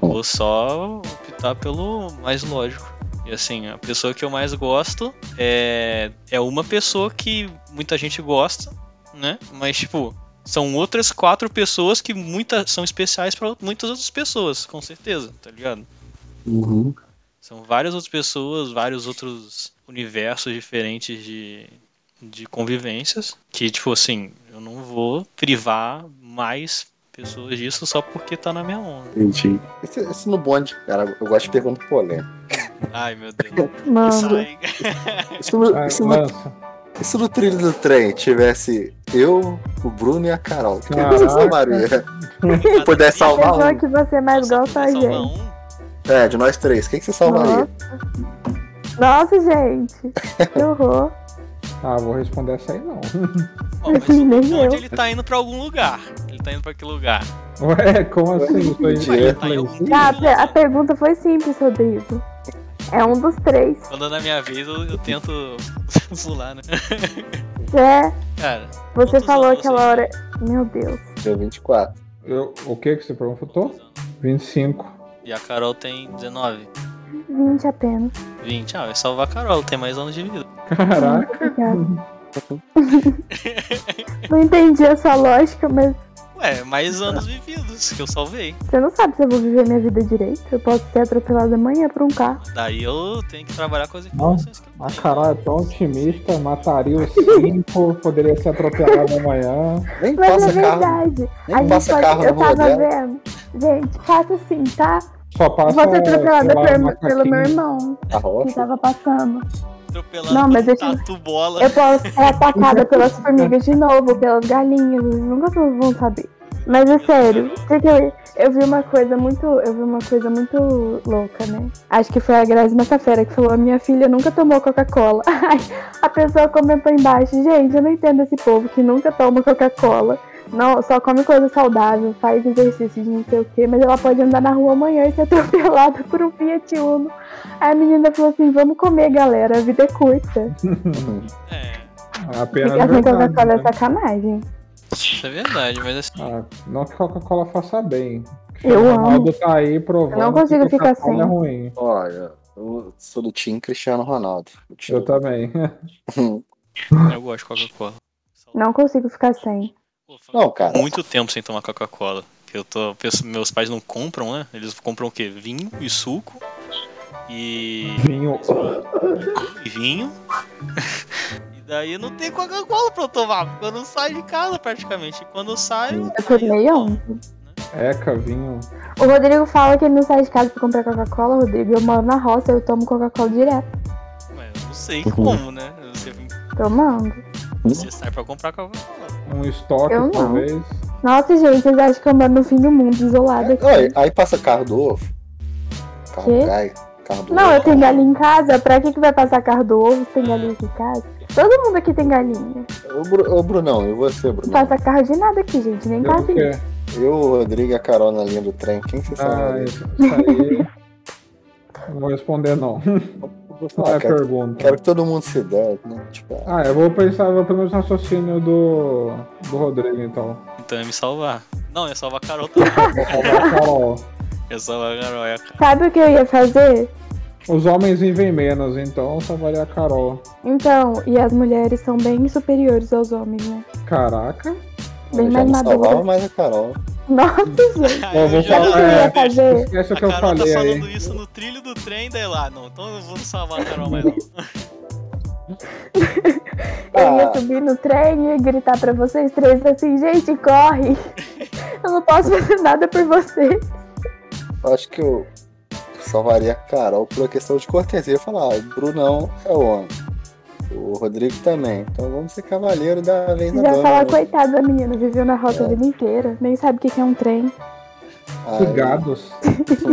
S1: Vou só optar pelo mais lógico. E assim, a pessoa que eu mais gosto é, é uma pessoa que muita gente gosta, né? Mas, tipo, são outras quatro pessoas que muita, são especiais pra muitas outras pessoas, com certeza, tá ligado?
S4: Uhum.
S1: São várias outras pessoas, vários outros universos diferentes de, de convivências. Que, tipo assim, eu não vou privar mais pessoas disso só porque tá na minha mão.
S4: Entendi. Esse, esse no bonde, cara, eu gosto de pergunta polêmica.
S1: Ai, meu Deus.
S3: Mano.
S1: Sai.
S4: Isso no,
S2: Ah,
S4: isso no
S2: lança.
S4: E se no trilho do trem tivesse eu, o Bruno e a Carol? Quem
S2: Caraca.
S4: você salvaria? Se puder
S3: A
S4: salvar
S3: pessoa
S4: um.
S3: que você mais
S1: Nossa,
S3: gosta é a
S1: só
S3: gente.
S1: não.
S4: É, de nós três, quem que você salvaria?
S3: Uhum. Nossa, gente. Que horror.
S2: Ah, vou responder essa aí não.
S1: Bom, mas
S3: Nem
S1: o bonde,
S3: eu.
S1: ele tá indo pra algum lugar. Ele tá indo pra que lugar?
S2: Ué, como assim? Foi
S4: Mas
S1: Ele
S4: direto
S1: tá em algum
S3: Tá, a pe- a
S1: lugar.
S3: pergunta foi simples, Rodrigo. É um dos três.
S1: Quando é na minha vez, eu, eu tento pular, né?
S3: É,
S1: Cara,
S3: você
S1: Quantos
S3: falou
S1: anos
S3: aquela
S1: aí?
S3: hora. Meu Deus.
S4: Tem 24.
S2: Eu, o que que você perguntou? 25.
S1: e a Carol tem 19,
S3: 20 apenas.
S1: 20. Ah, vai salvar a Carol, tem mais anos de vida.
S2: Caraca.
S3: Obrigada. não entendi a sua lógica, mas
S1: Ué, mais anos vividos que eu salvei.
S3: você não sabe se eu vou viver minha vida direito. Eu posso ser atropelada amanhã por um carro.
S1: Daí eu tenho que trabalhar com as informações que eu
S2: A
S1: tenho.
S2: Carol é tão otimista, mataria os cinco, poderia ser atropelado amanhã.
S4: Nem
S3: Mas
S4: passa
S3: é
S4: carro.
S3: verdade.
S4: nem
S3: a gente
S4: passa
S3: pode.
S4: carro na
S3: eu
S4: rua
S3: tava
S4: dela.
S3: vendo. Gente, faça assim, tá?
S2: Só passa.
S3: Vou ser atropelada
S2: sei lá,
S3: pelo-
S2: um
S3: pelo meu
S2: macaquinho.
S3: irmão
S4: A
S3: que
S4: rocha.
S3: tava passando.
S1: Atropelado
S3: Não,
S1: por
S3: mas
S1: um
S3: deixa eu-
S1: tatu bola.
S3: Eu posso ser atacada pelas formigas de novo, pelas galinhas, eles nunca vão saber. Mas é sério, porque eu vi uma coisa muito. Eu vi uma coisa muito louca, né? Acho que foi a Grazi Massafera que falou, a minha filha nunca tomou Coca-Cola. Ai, a pessoa comentou embaixo, gente, eu não entendo esse povo que nunca toma Coca-Cola. Não, só come coisa saudável, faz exercício de não sei o quê, mas ela pode andar na rua amanhã e ser atropelada por um Fiat Uno. Aí a menina falou assim, vamos comer, galera, a vida é curta.
S1: É,
S2: Apenas
S3: Ficar sem
S2: verdade,
S3: Coca-Cola é
S2: né?
S3: sacanagem.
S1: isso é verdade, mas assim,
S2: Ah, não que Coca-Cola faça bem.
S3: Eu
S2: o
S3: amo.
S2: Ronaldo tá aí provando.
S3: Eu não consigo
S2: que
S3: ficar
S2: Coca-Cola
S3: sem.
S2: É ruim.
S4: Olha, eu sou do time Cristiano Ronaldo. O time-
S2: Eu também.
S1: eu gosto de Coca-Cola.
S3: Não consigo ficar sem.
S1: Pô, faz
S4: Não, cara.
S1: Muito tempo sem tomar Coca-Cola. que Eu tô, penso- meus pais não compram, né? Eles compram o quê? Vinho e suco. E.
S2: Vinho.
S1: e vinho. e daí não tem Coca-Cola pra eu tomar, porque eu não saio de casa praticamente. E quando eu saio.
S3: Eu tomei um.
S2: Eca, vinho.
S3: O Rodrigo fala que ele não sai de casa pra comprar Coca-Cola, Rodrigo. Eu moro na roça, eu tomo Coca-Cola direto.
S1: Mas eu não sei
S4: Uhum.
S1: como, né? Você,
S3: Tomando.
S1: você sai pra comprar Coca-Cola.
S2: Um estoque,
S3: Eu não.
S2: talvez.
S3: Nossa, gente, vocês acham que eu moro no fim do mundo, isolada aqui.
S4: Olha, aí passa carro do ovo. Carro
S3: Quê?
S4: do gai. Carro do
S3: Não,
S4: ovo.
S3: eu tenho galinha em casa. Pra que, que vai passar carro do ovo se tem galinha aqui em casa? Todo mundo aqui tem galinha.
S4: Ô, Bru- Ô, Brunão, e você,
S3: Não
S4: Brunão?
S3: passa carro de nada aqui, gente. Nem
S2: Pelo
S3: carrinho.
S2: quê?
S4: Eu, o Rodrigo e a Carol na linha do trem. Quem que você
S2: Ah,
S4: salvaria?
S2: isso aí. Não vou responder, não. Não é
S4: Ah, cara,
S2: pergunta.
S4: Quero que todo mundo se dê, né? Tipo,
S2: Ah, eu vou pensar, vou pelo mesmo raciocínio do, do Rodrigo, então.
S1: Então é me salvar. Não, é salvar a Carol também.
S2: Vou salvar a Carol.
S1: É salvar a Carol. É a
S3: Sabe o que eu ia fazer?
S2: Os homens vivem menos, então eu salvaria a Carol.
S3: Então, e as mulheres são bem superiores aos homens, né?
S2: Caraca.
S3: Bem
S4: eu já
S3: mais
S4: não salvava
S3: maduras.
S4: mais a Carol.
S3: Nossa, gente.
S1: Aí
S2: vou
S1: já-
S3: Sabe o que eu ia fazer?
S2: Esquece o
S1: A
S2: que eu
S1: Carol tá
S2: falei
S1: falando
S2: aí.
S1: isso no trilho do trem, daí lá, não, então eu não vou salvar a Carol mais não.
S3: Eu ia
S4: Ah.
S3: subir no trem e ia gritar pra vocês três assim, gente, corre! Eu não posso fazer nada por vocês.
S4: Eu acho que eu salvaria a Carol por questão de cortesia. Eu ia falar, ah, o Brunão é o homem. O Rodrigo também. Então vamos ser cavaleiro da vez
S3: Você já
S4: da dona.
S3: falar,
S4: né? É.
S3: coitado da menina, viveu na rota a vida inteira, nem sabe o que que é um trem.
S4: Aí-
S2: Gados.
S4: Aí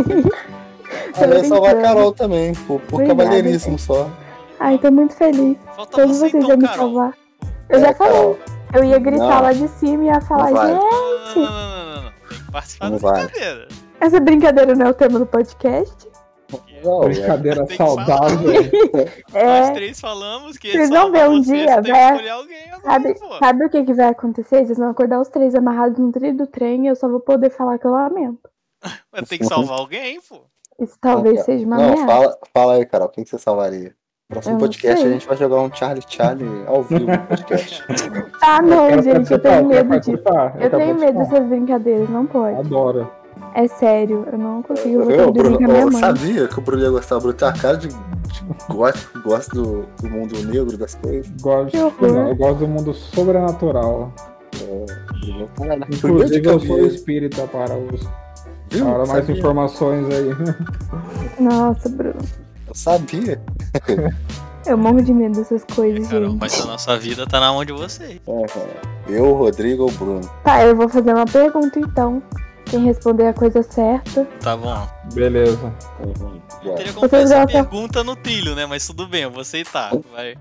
S4: Ah, eu ia salvar a
S3: brincando.
S4: Carol também, por, por
S3: Obrigada,
S4: cavalheirismo
S3: gente.
S4: só.
S3: Ai, tô muito feliz.
S1: Falta
S3: Todos
S1: você
S3: vocês
S1: então,
S3: vão me
S1: Carol.
S3: salvar. Eu já
S4: É,
S3: falei.
S4: Carol,
S3: Eu ia gritar
S4: Não.
S3: lá de cima e ia falar, "É,
S4: Não vai.
S3: gente,
S1: Não, não, não, não, não, não. Tem que participar
S4: Não
S1: da
S4: vai.
S1: brincadeira.
S3: essa brincadeira não é o tema do podcast.
S4: não, é.
S2: Brincadeira
S1: Tem que falar.
S2: saudável.
S1: Nós
S3: É,
S1: três falamos que
S3: Vocês
S1: só
S3: vão ver um
S1: vocês
S3: dia,
S1: têm
S3: vai-
S1: que escolher alguém agora,
S3: sabe,
S1: pô.
S3: sabe o que, que vai acontecer? Eles vão acordar os três amarrados no trilho do trem e eu só vou poder falar que eu lamento.
S1: Mas Tem que salvar alguém, pô.
S3: Isso talvez
S4: Não,
S3: seja uma
S4: Não,
S3: ameaça.
S4: fala, fala aí, Carol, quem que você salvaria?
S3: Eu
S4: Próximo
S3: não
S4: podcast
S3: sei.
S4: a gente vai jogar um Charlie Charlie ao vivo no podcast.
S3: Ah, não,
S2: Quero
S3: gente, eu
S2: participar,
S4: é
S2: quero
S3: tenho medo disso.
S2: participar.
S3: Eu tenho
S2: quero
S3: medo
S2: participar.
S3: dessas brincadeiras, não pode.
S2: Adoro.
S3: É sério, eu não consigo. Eu vou ter
S4: Viu,
S3: que dormir
S4: Bruno?
S3: com a minha
S4: Eu
S3: mãe.
S4: sabia que o Bruno ia gostar. O Bruno tem a cara de, de gosta, gosta do, do mundo negro, das coisas.
S2: Gosto,
S3: Que horror.
S2: não, eu gosto do mundo sobrenatural.
S4: Bruno, caraca, Bruno de
S2: Inclusive, eu sou
S4: cabelo,
S2: espírita para os.
S4: viu?
S2: Para mais
S4: Sabia.
S2: informações aí.
S3: Nossa, Bruno.
S4: Eu sabia.
S3: Eu morro de medo dessas coisas,
S1: É, Carol,
S3: gente.
S1: mas a nossa vida tá na mão de vocês.
S4: É, Eu, o Rodrigo ou o Bruno.
S3: Tá, eu vou fazer uma pergunta então. Quem responder a coisa certa.
S1: Tá bom.
S2: Beleza.
S1: Não
S4: Ué,
S1: teria como
S3: Vocês
S1: fazer essa
S3: já-
S1: pergunta no trilho, né? Mas tudo bem, eu vou aceitar. Vai.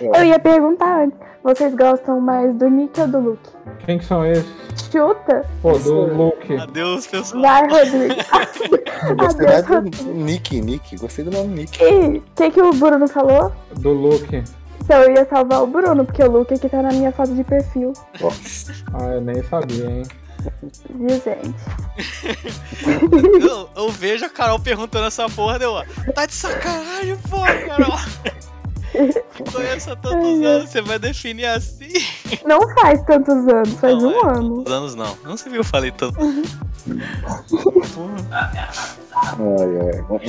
S3: Eu ia perguntar antes. Vocês gostam mais do Nick ou do Luke?
S2: Quem que são esses?
S3: Chuta!
S2: Pô,
S4: Isso
S2: do
S4: é-
S2: Luke.
S1: Adeus, pessoal.
S3: Vai, Rodrigo!
S4: eu Gostei
S3: Ah,
S4: mais do Nick, Nick. Gostei do nome Nick.
S3: E o que, que o Bruno falou?
S2: Do Luke.
S3: Então eu ia salvar o Bruno, porque o Luke aqui tá na minha foto de perfil.
S4: Nossa.
S2: Ah, eu nem sabia, hein?
S3: Viu, gente?
S1: Eu, eu vejo a Carol perguntando essa porra, deu, ó. Tá de sacanagem, pô, Carol. Conheço há tantos anos, você vai definir assim?
S3: Não faz tantos anos, faz
S1: Não,
S3: um
S1: é,
S3: ano. Uhum.
S1: Tantos anos não. Não sei se eu falei tanto. Porra,
S4: Ai, ai. Vamos- Vamos, quem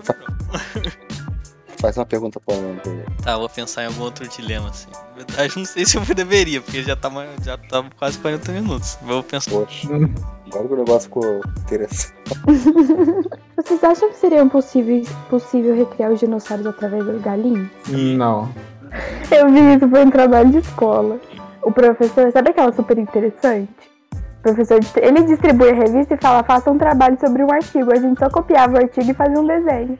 S1: genealógico
S4: fa-
S1: não.
S4: faz uma pergunta polêmica aí?
S1: Tá, vou pensar em algum outro dilema, assim. Na verdade, não sei se eu deveria, porque já tá, mais- já tá quase 40 minutos. Vou pensar.
S4: Poxa,
S2: Hum.
S4: agora que o negócio ficou interessante.
S3: Vocês acham que seria possível, possível recriar os dinossauros através das galinhas?
S2: Não.
S3: Eu vi isso foi um trabalho de escola. O professor, sabe aquela super interessante? O professor, dist- ele distribui a revista e fala, faça um trabalho sobre um artigo. A gente só copiava o artigo e fazia um desenho.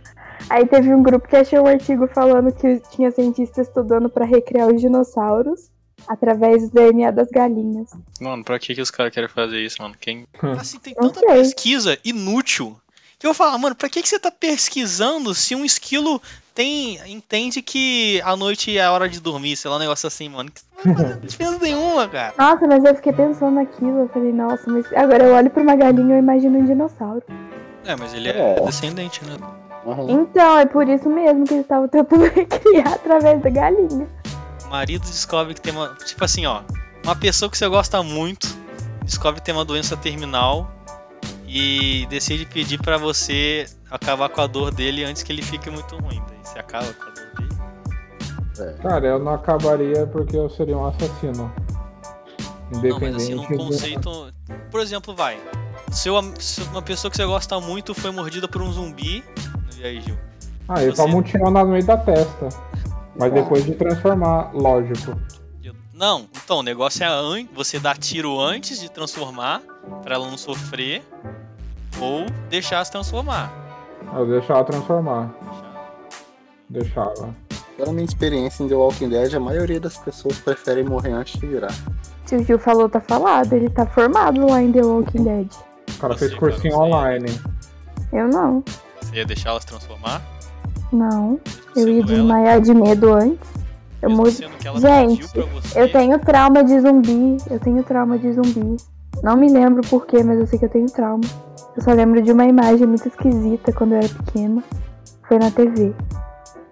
S3: Aí teve um grupo que achou um artigo falando que tinha cientistas estudando para recriar os dinossauros através do DNA das galinhas.
S1: Mano, pra que, que os caras querem fazer isso, mano? Quem... Assim, tem
S3: Não
S1: tanta
S3: sei.
S1: pesquisa inútil que eu falo, mano, pra que, que você tá pesquisando se um esquilo tem entende que a noite é a hora de dormir, sei lá, um negócio assim, mano? Que não vai fazer diferença nenhuma, cara.
S3: Nossa, mas eu fiquei pensando naquilo. Eu falei, nossa, mas agora eu olho para uma galinha e eu imagino um dinossauro.
S1: É, mas ele é,
S4: É.
S1: descendente, né?
S4: Uhum.
S3: Então, é por isso mesmo que eles estavam tentando recriar através da galinha.
S1: O marido descobre que tem uma. Tipo assim, ó. Uma pessoa que você gosta muito descobre que tem uma doença terminal e decide pedir pra você acabar com a dor dele antes que ele fique muito ruim. Daí você acaba com a dor dele.
S2: Cara, eu não acabaria porque eu seria um assassino.
S1: Não,
S2: Independente.
S1: mas assim, num
S2: do-
S1: conceito. Por exemplo, vai. Seu, am- se uma pessoa que você gosta muito foi mordida por um zumbi. E aí, Gil?
S2: Ah, eu
S1: Você-
S2: tomo um tirão na meio da testa. Mas
S4: Ah.
S1: Tá.
S2: depois de transformar, lógico.
S1: Não, então, o negócio é an- você dar tiro antes de transformar, pra ela não sofrer, ou deixar se transformar.
S2: Eu deixava transformar. Deixava.
S4: Pela minha experiência em The Walking Dead, a maioria das pessoas preferem morrer antes de virar.
S3: Se o Gil falou, tá falado. Ele tá formado lá em The Walking Dead.
S2: O cara
S1: Você,
S2: fez cursinho
S1: Assim, cara, você-
S2: online.
S3: Eu não.
S1: Você ia deixar ela se transformar?
S3: Não.
S1: mesmo
S3: Eu
S1: sendo
S3: ia
S1: é ela-
S3: desmaiar de medo antes. Eu
S1: mesmo
S3: morro.
S1: sendo que ela
S3: Gente,
S1: pediu pra você.
S3: Eu tenho trauma de zumbi. Eu tenho trauma de zumbi. Não me lembro por quê, mas eu sei que eu tenho trauma. Eu só lembro de uma imagem muito esquisita quando eu era pequena. Foi na TV.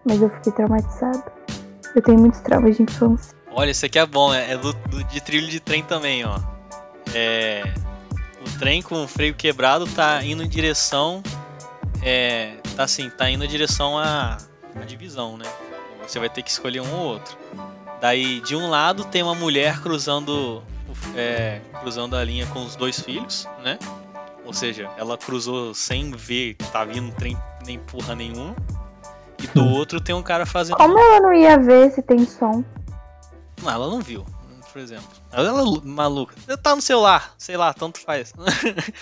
S3: Mas eu fiquei traumatizada. Eu tenho muitos traumas de infância.
S1: Olha, isso aqui é bom, é, é do, do- de trilho de trem também, ó. É, o trem com o freio quebrado tá indo em direção. É, tá assim, tá indo em direção à, à divisão, né? Você vai ter que escolher um ou outro. Daí, de um lado, tem uma mulher cruzando, o- é, cruzando a linha com os dois filhos, né? Ou seja, ela cruzou sem ver que tá vindo trem, nem porra nenhuma. E do outro tem um cara fazendo.
S3: Como ela não ia ver se tem som?
S1: Não, ela não viu, por exemplo. Ela é lu- maluca. Ela Tá no celular, sei lá, tanto faz.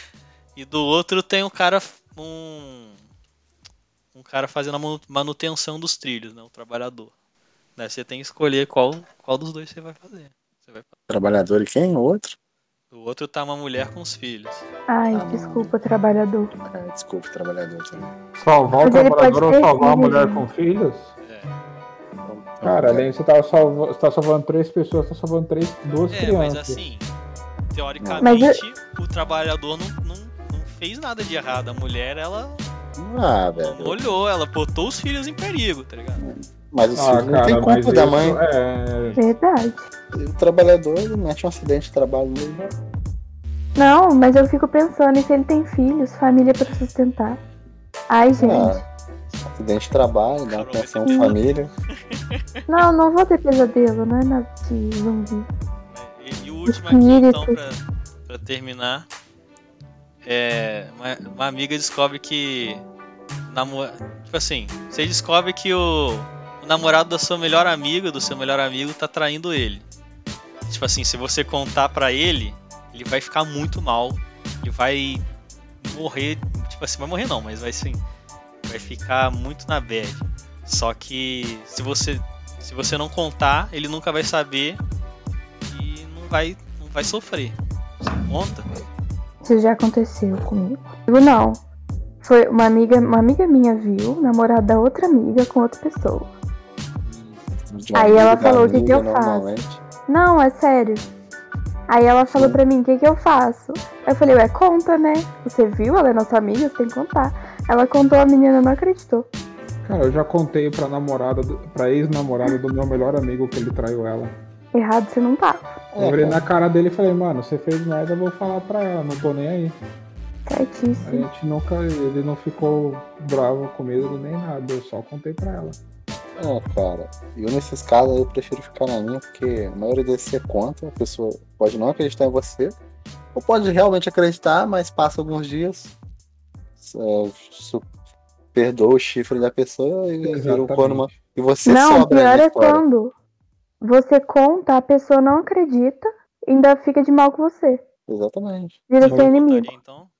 S1: e do outro tem um cara. Um, um cara fazendo a manu- manutenção dos trilhos, né? O trabalhador. Daí você tem que escolher qual, qual dos dois você vai fazer. Você vai fazer.
S4: Trabalhador e quem? O outro?
S1: Do outro tá uma mulher com os filhos.
S3: Ai, desculpa, trabalhador.
S4: Ah, desculpa, trabalhador também.
S2: Salvar o
S3: Mas ele pode
S2: trabalhador ou
S3: ter
S2: salvar a
S3: filhos,
S2: mulher
S3: né?
S2: com filhos?
S4: Então,
S1: É.
S2: Cara, além de você tá, salva... você tá salvando três pessoas, tá salvando três, duas
S1: É, mas
S2: crianças.
S1: assim,
S3: Mas
S1: teoricamente, o trabalhador não, não, não fez nada de errado. A mulher, ela
S4: Ah,
S1: não
S4: velho.
S1: molhou, ela botou os filhos em perigo, tá ligado?
S4: Mas o
S2: Ah,
S4: filho não
S2: cara,
S4: tem
S2: mas
S4: culpa da
S2: isso
S4: mãe.
S2: é-
S3: Verdade.
S4: O trabalhador ele mete um acidente de trabalho nele. né?
S3: Não, mas eu fico pensando, e se ele tem filhos, família pra sustentar? Ai, gente.
S4: Ah, acidente de trabalho, dá uma
S1: Carol,
S4: pensão
S1: vai ter
S4: família.
S3: Não, não vou ter pesadelo, não é nada de zumbi.
S1: E, e o último aqui,
S3: Espírito.
S1: então, pra, pra terminar, é, uma, uma amiga descobre que. Namo... Tipo assim, você descobre que o, o namorado da sua melhor amiga, do seu melhor amigo, tá traindo ele. Tipo assim, se você contar pra ele, ele vai ficar muito mal. Ele vai morrer. Tipo assim, vai morrer não, mas vai sim. Vai ficar muito na bad. Só que se você. Se você não contar, ele nunca vai saber e não vai, não vai sofrer. Conta.
S3: Isso já aconteceu comigo. Digo, não. Foi uma amiga, uma amiga minha viu, namorada da outra amiga com outra pessoa.
S4: De uma
S3: Aí ela
S4: amiga,
S3: falou, o que que
S4: amiga,
S3: eu faço?
S4: normalmente.
S3: Não, é sério. Aí ela falou pra mim, o que, que eu faço? Aí eu falei, ué, conta, né? Você viu? Ela é nossa amiga, você tem que contar. Ela contou, a menina não acreditou.
S2: Cara, eu já contei pra namorada, do... pra ex-namorada do meu melhor amigo que ele traiu ela.
S3: Errado você não tá.
S2: Eu
S4: É,
S2: virei na cara dele e falei, mano, você fez merda, eu vou falar pra ela, não tô nem aí. A
S3: Certíssimo.
S2: gente nunca, ele não ficou bravo comigo nem nada, eu só contei pra ela.
S4: É, cara, eu nesses casos eu prefiro ficar na minha, porque a maioria vezes você conta, a pessoa pode não acreditar em você, ou pode realmente acreditar, mas passa alguns dias, é, su- perdoa o chifre da pessoa e vira um corno, mano. E você
S3: Não, o
S4: sobra
S3: pior
S4: na
S3: é
S4: história.
S3: quando você conta, a pessoa não acredita, ainda fica de mal com você.
S4: Exatamente.
S3: Vira
S2: Não
S3: é seu inimigo.
S1: Contaria, então.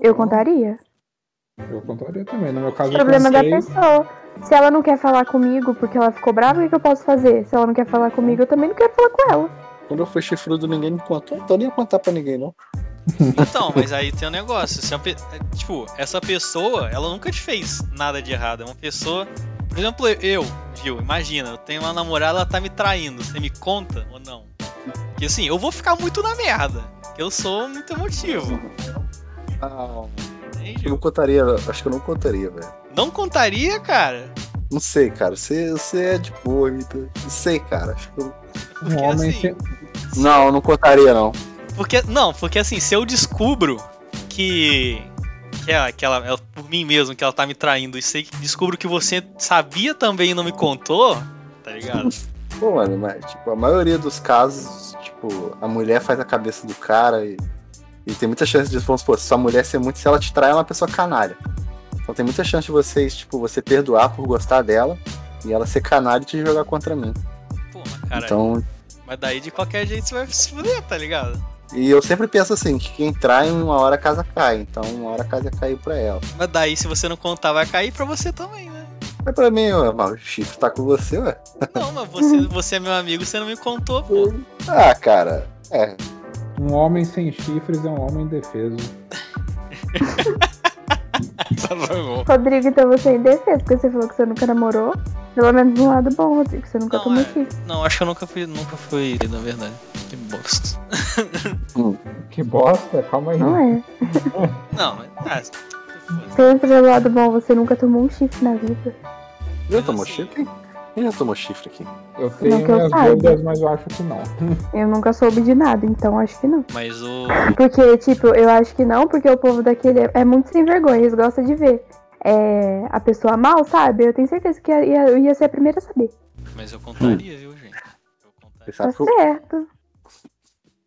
S3: Eu contaria.
S2: Eu contaria também, no meu caso
S3: O
S2: eu
S3: problema da
S2: contei,
S3: pessoa. Se ela não quer falar comigo porque ela ficou brava, o que que eu posso fazer? Se ela não quer falar comigo, eu também não quero falar com ela.
S4: Quando eu fui chifrudo, ninguém me contou, então eu nem ia contar pra ninguém, não.
S1: Então, mas aí tem um negócio. se a pe- é, tipo, essa pessoa, ela nunca te fez nada de errado. É uma pessoa. Por exemplo, eu, Gil, imagina, eu tenho uma namorada, ela tá me traindo. Você me conta ou não? Porque assim, eu vou ficar muito na merda. Porque eu sou muito emotivo.
S4: Ah,
S1: Hein,
S4: eu não
S1: Gil?
S4: contaria, acho que eu não contaria, velho.
S1: Não contaria, cara.
S4: Não sei, cara, você, você é de boa, Vitor. Não sei, cara, acho que eu...
S2: um homem
S1: assim,
S2: sem-
S4: Não, eu não contaria, não.
S1: Porque, não, porque assim, se eu descubro que. Que ela, que ela, ela- por mim mesmo, que ela tá me traindo, e sei que descubro que você sabia também e não me contou, tá ligado?
S4: Pô, mano, mas tipo, a maioria dos casos, tipo, a mulher faz a cabeça do cara e, e tem muita chance de, vamos supor, se sua mulher ser muito, se ela te trai, ela é uma pessoa canalha. Então tem muita chance de vocês, tipo, você perdoar por gostar dela e ela ser canalha e te jogar contra mim.
S1: Pô, mas cara,
S4: Então,
S1: mas daí de qualquer jeito você vai se fuder, tá ligado?
S4: e eu sempre penso assim, que quem trai, uma hora a casa cai. Então uma hora a casa caiu pra ela.
S1: Mas daí se você não contar, vai cair pra você também, né?
S4: Mas pra mim, ué, mas o chifre tá com você, ué.
S1: Não, mas você, você é meu amigo, você não me contou, pô.
S4: Ah, cara, é.
S2: um homem sem chifres é um homem indefeso.
S3: Rodrigo, então você é indefeso, porque você falou que você nunca namorou. Pelo menos um lado bom, Rodrigo, você nunca
S1: Não,
S3: tomou
S1: é.
S3: chifre.
S1: Não, acho que eu nunca fui, nunca fui, na verdade. Que bosta.
S2: Que bosta, calma aí.
S3: Não é.
S1: Não, mas. Ah, foda-se.
S3: Pensa pelo lado bom, você nunca tomou um chifre na vida.
S1: Ah,
S4: Já tomou
S1: assim,
S4: chifre? Quem já tomou chifre aqui?
S2: Eu tenho
S3: que eu
S2: minhas
S3: saiba.
S2: dúvidas, mas eu acho que não.
S3: Eu nunca soube de nada, então acho que não.
S1: mas o.
S3: Porque, tipo, eu acho que não, porque o povo daquele é, é muito sem vergonha, eles gostam de ver é, a pessoa mal, sabe? Eu tenho certeza que ia, ia- eu ia ser a primeira a saber.
S1: Mas eu contaria, viu, gente? Eu
S4: Você
S3: Tá
S4: sabe que eu-
S3: certo.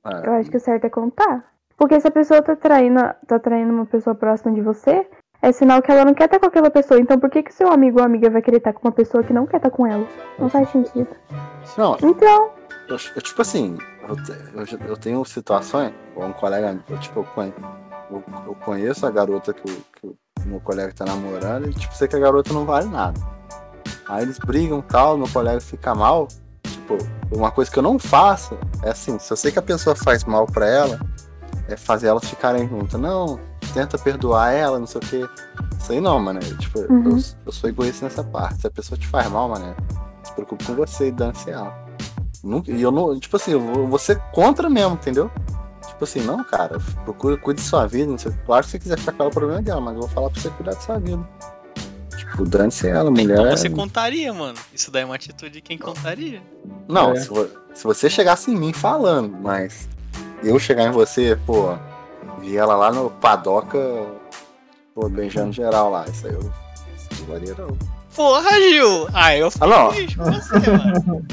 S4: Ah,
S3: Eu acho que o certo é contar. Porque se a pessoa tá traindo, tá traindo uma pessoa próxima de você, é sinal que ela não quer estar com aquela pessoa. Então por que que seu amigo ou amiga vai querer estar com uma pessoa que não quer estar com ela? Não faz sentido.
S4: Não,
S3: Então,
S4: Eu, eu, tipo assim, eu, te- eu, já- eu tenho situações, ou um colega, eu, tipo, eu, conhe- eu, eu conheço a garota que, o- que o meu colega tá namorando, e tipo, sei que a garota não vale nada. Aí eles brigam e tal, meu colega fica mal. Tipo, uma coisa que eu não faço é assim, se eu sei que a pessoa faz mal pra ela, é fazer elas ficarem juntas. Não, tenta perdoar ela, não sei o quê. Isso aí não, mano. Tipo, eu,
S3: Uhum.
S4: eu sou egoísta nessa parte. Se a pessoa te faz mal, mano, se preocupa com você e dane-se ela. Nunca- E eu não, tipo assim, eu vou, vou ser contra mesmo, entendeu? Tipo assim, não, cara, procura, cuide de sua vida, não sei. Claro que se você quiser ficar com ela, o problema é dela, mas eu vou falar pra você cuidar de sua vida. Tipo, dane-se ela, mulher.
S1: Então você contaria, mano. Isso daí é uma atitude de quem contaria.
S4: Não,
S2: É.
S4: se, vo- se você chegasse em mim falando, mas eu chegar em você, pô, vi ela lá no padoca, pô, beijando geral lá, isso aí eu. isso eu faria, não.
S1: Porra, Gil! Ah, eu
S4: Ah, não.
S1: fiz com você, mano.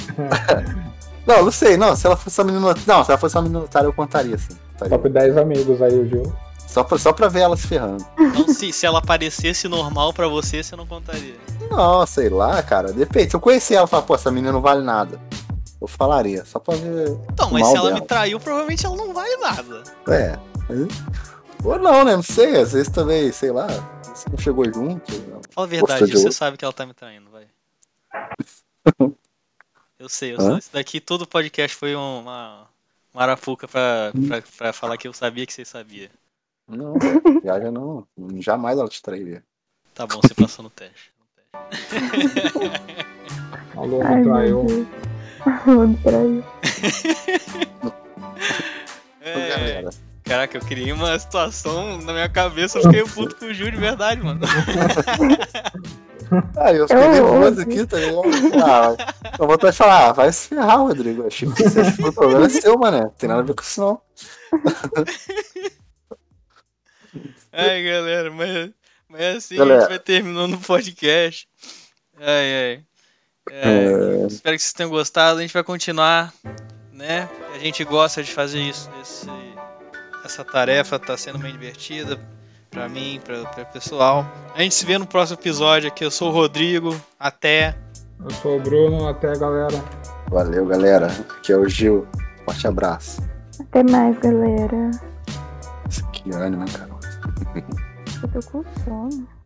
S4: Não, não sei, não. Se ela fosse uma menina. Não, se ela fosse uma menina otária, eu contaria, assim. contaria.
S2: Top 10 amigos aí, o Gil.
S4: Só, pra, só pra ver ela se ferrando.
S1: Então, se, se ela parecesse normal pra você, você não contaria.
S4: Não, sei lá, cara. Depende. Se eu conhecer ela e falar, pô, essa menina não vale nada. Eu falaria, só pra ver.
S1: Então, mas
S4: Mal
S1: se ela
S4: dela.
S1: me traiu, provavelmente ela não vale nada.
S4: É. mas- Ou não, né? Não sei. Às vezes também, sei lá. Você não chegou junto. não.
S1: Fala a verdade,
S4: Gostou de
S1: você
S4: outro?
S1: sabe que ela tá me traindo, vai. Eu sei, eu sei.
S4: Hã?
S1: Isso daqui, todo o podcast foi um, uma, uma arapuca pra, pra, pra falar que eu sabia que você sabia.
S4: Não, cara, viaja não. Jamais ela te trairia.
S1: Tá bom, você passou no teste.
S2: Alô,
S3: ai
S2: me
S3: meu
S2: traiu.
S3: Deus. Alô, me traiu.
S1: É,
S4: Galera,
S1: caraca, eu criei uma situação na minha cabeça, eu fiquei puto com o Júlio de verdade, mano.
S4: Ah, eu fiquei
S3: Eu
S4: nervoso
S3: ouvi.
S4: aqui, tá ligado? Ah, eu vou até te falar, ah, vai se ferrar, Rodrigo. Achei que esse foi o problema é seu, mano. Não tem nada a ver com isso, não.
S1: Ai, galera, mas, mas assim a
S4: Galera.
S1: gente vai terminando o podcast. Ai, ai. É,
S4: É,
S1: Espero que vocês tenham gostado. A gente vai continuar, né? A gente gosta de fazer isso. esse- essa tarefa tá sendo bem divertida pra mim, pra, pra pessoal. A gente se vê no próximo episódio aqui. Eu sou o Rodrigo. Até.
S2: Eu sou o Bruno, até galera.
S4: Valeu, galera. Aqui é o Gil. Forte abraço.
S3: Até mais, galera.
S4: é Que ânimo, né, cara.
S3: Eu tô com sono.